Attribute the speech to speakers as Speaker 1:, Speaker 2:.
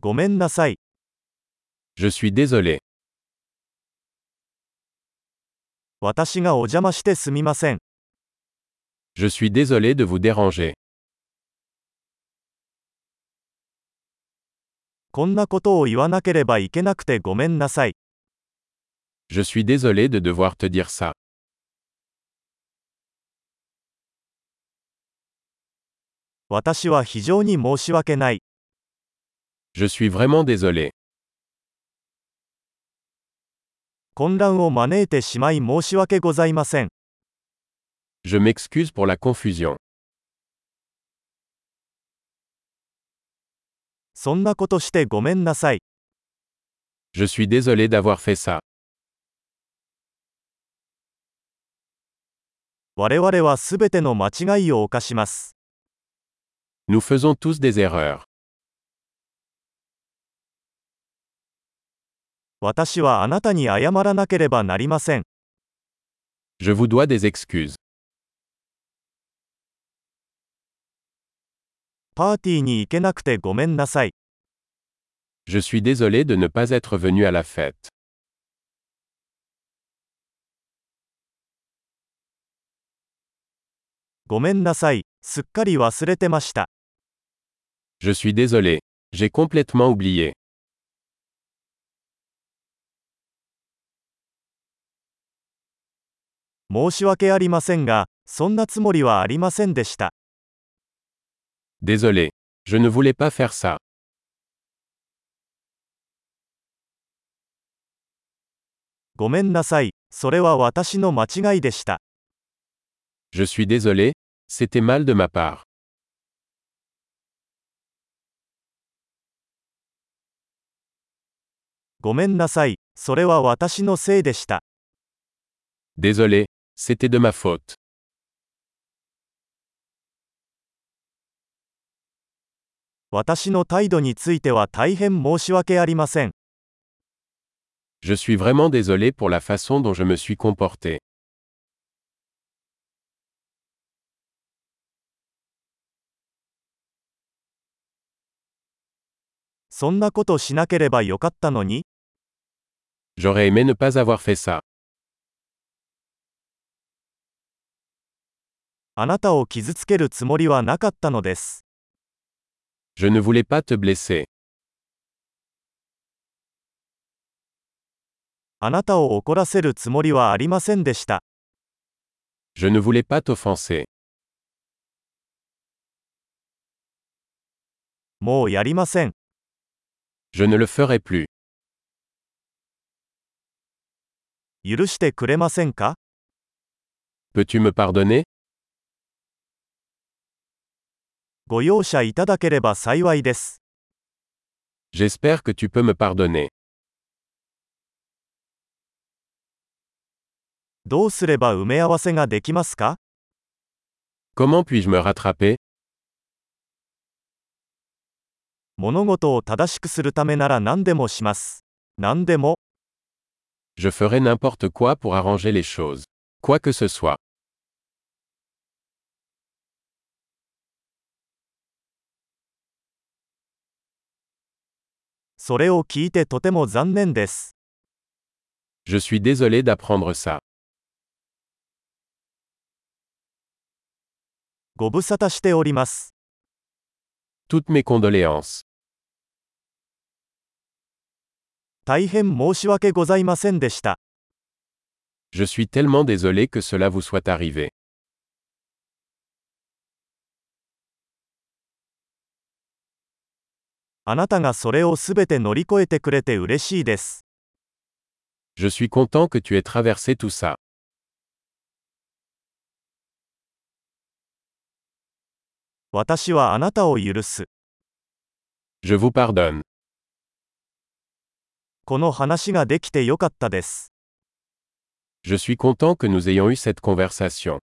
Speaker 1: ごめんなさい。
Speaker 2: Je suis désolé.
Speaker 1: 私がお邪魔してすみません。
Speaker 2: Je suis désolé de vous déranger.
Speaker 1: こんなことを言わなければいけなくてごめんなさい。
Speaker 2: Je suis désolé de devoir te dire ça.
Speaker 1: 私は非常に申し訳ない。
Speaker 2: Je suis vraiment désolé.
Speaker 1: 混乱を招いてしまい申し訳ございません。
Speaker 2: Je m'excuse pour la confusion.
Speaker 1: そんなことしてごめんなさい。
Speaker 2: Je suis désolé d'avoir fait ça.
Speaker 1: 我々はすべての間違いを犯します。
Speaker 2: Nous faisons tous des erreurs.
Speaker 1: 私はあなたに謝らなければなりません。
Speaker 2: Je vous dois des excuses.
Speaker 1: パーティーに行けなくてごめんなさい。
Speaker 2: Je suis désolé de ne pas être venu à la fête.
Speaker 1: ごめんなさい。すっかり忘れてました。
Speaker 2: Je suis désolé. J'ai complètement oublié.
Speaker 1: 申し訳ありませんが、そんなつもりはありませんでした。
Speaker 2: Désolé. Je ne voulais pas faire ça.
Speaker 1: ごめんなさい。それは私の間違いでした。
Speaker 2: Je suis désolé. C'était mal de ma part.
Speaker 1: ごめんなさい。それは私のせいでした。
Speaker 2: Désolé. C'était de ma faute.
Speaker 1: 私の態度については大変申し訳ありません。
Speaker 2: Je suis vraiment désolé pour la façon dont je me suis comporté.
Speaker 1: そんなことしなければよかったのに、
Speaker 2: J'aurais aimé ne pas avoir fait ça.
Speaker 1: あなたを傷つけるつもりはなかったのです。
Speaker 2: Je ne voulais pas te blesser.
Speaker 1: あなたを怒らせるつもりはありませんでした。
Speaker 2: Je ne voulais pas t'offenser.
Speaker 1: もうやりません。
Speaker 2: Je ne le ferai plus.
Speaker 1: 許してくれませんか
Speaker 2: Peux-tu me pardonner
Speaker 1: ご容赦いただければ幸いです。
Speaker 2: J'espère que tu peux me pardonner.
Speaker 1: どうすれば埋め合わせができますか
Speaker 2: Comment puis-je me rattraper
Speaker 1: 物事を正しくするためなら何でもします。何でも、
Speaker 2: Je ferai n'importe quoi pour arranger les choses. Quoi que ce soit.
Speaker 1: それを聞いてとても残念です。
Speaker 2: Je suis désolé d'apprendre ça.
Speaker 1: ご無沙汰しております。
Speaker 2: Toutes mes condoléances.
Speaker 1: 大変申し訳ございませんでした。
Speaker 2: Je suis tellement désolé que cela vous soit arrivé.
Speaker 1: あなたがそれをすべて乗り越えてくれて嬉しいです。
Speaker 2: Je suis content que tu aies traversé tout ça.
Speaker 1: 私はあなたを許す。
Speaker 2: Je vous pardonne.
Speaker 1: この話ができてよかったです。
Speaker 2: Je suis content que nous ayons eu cette conversation.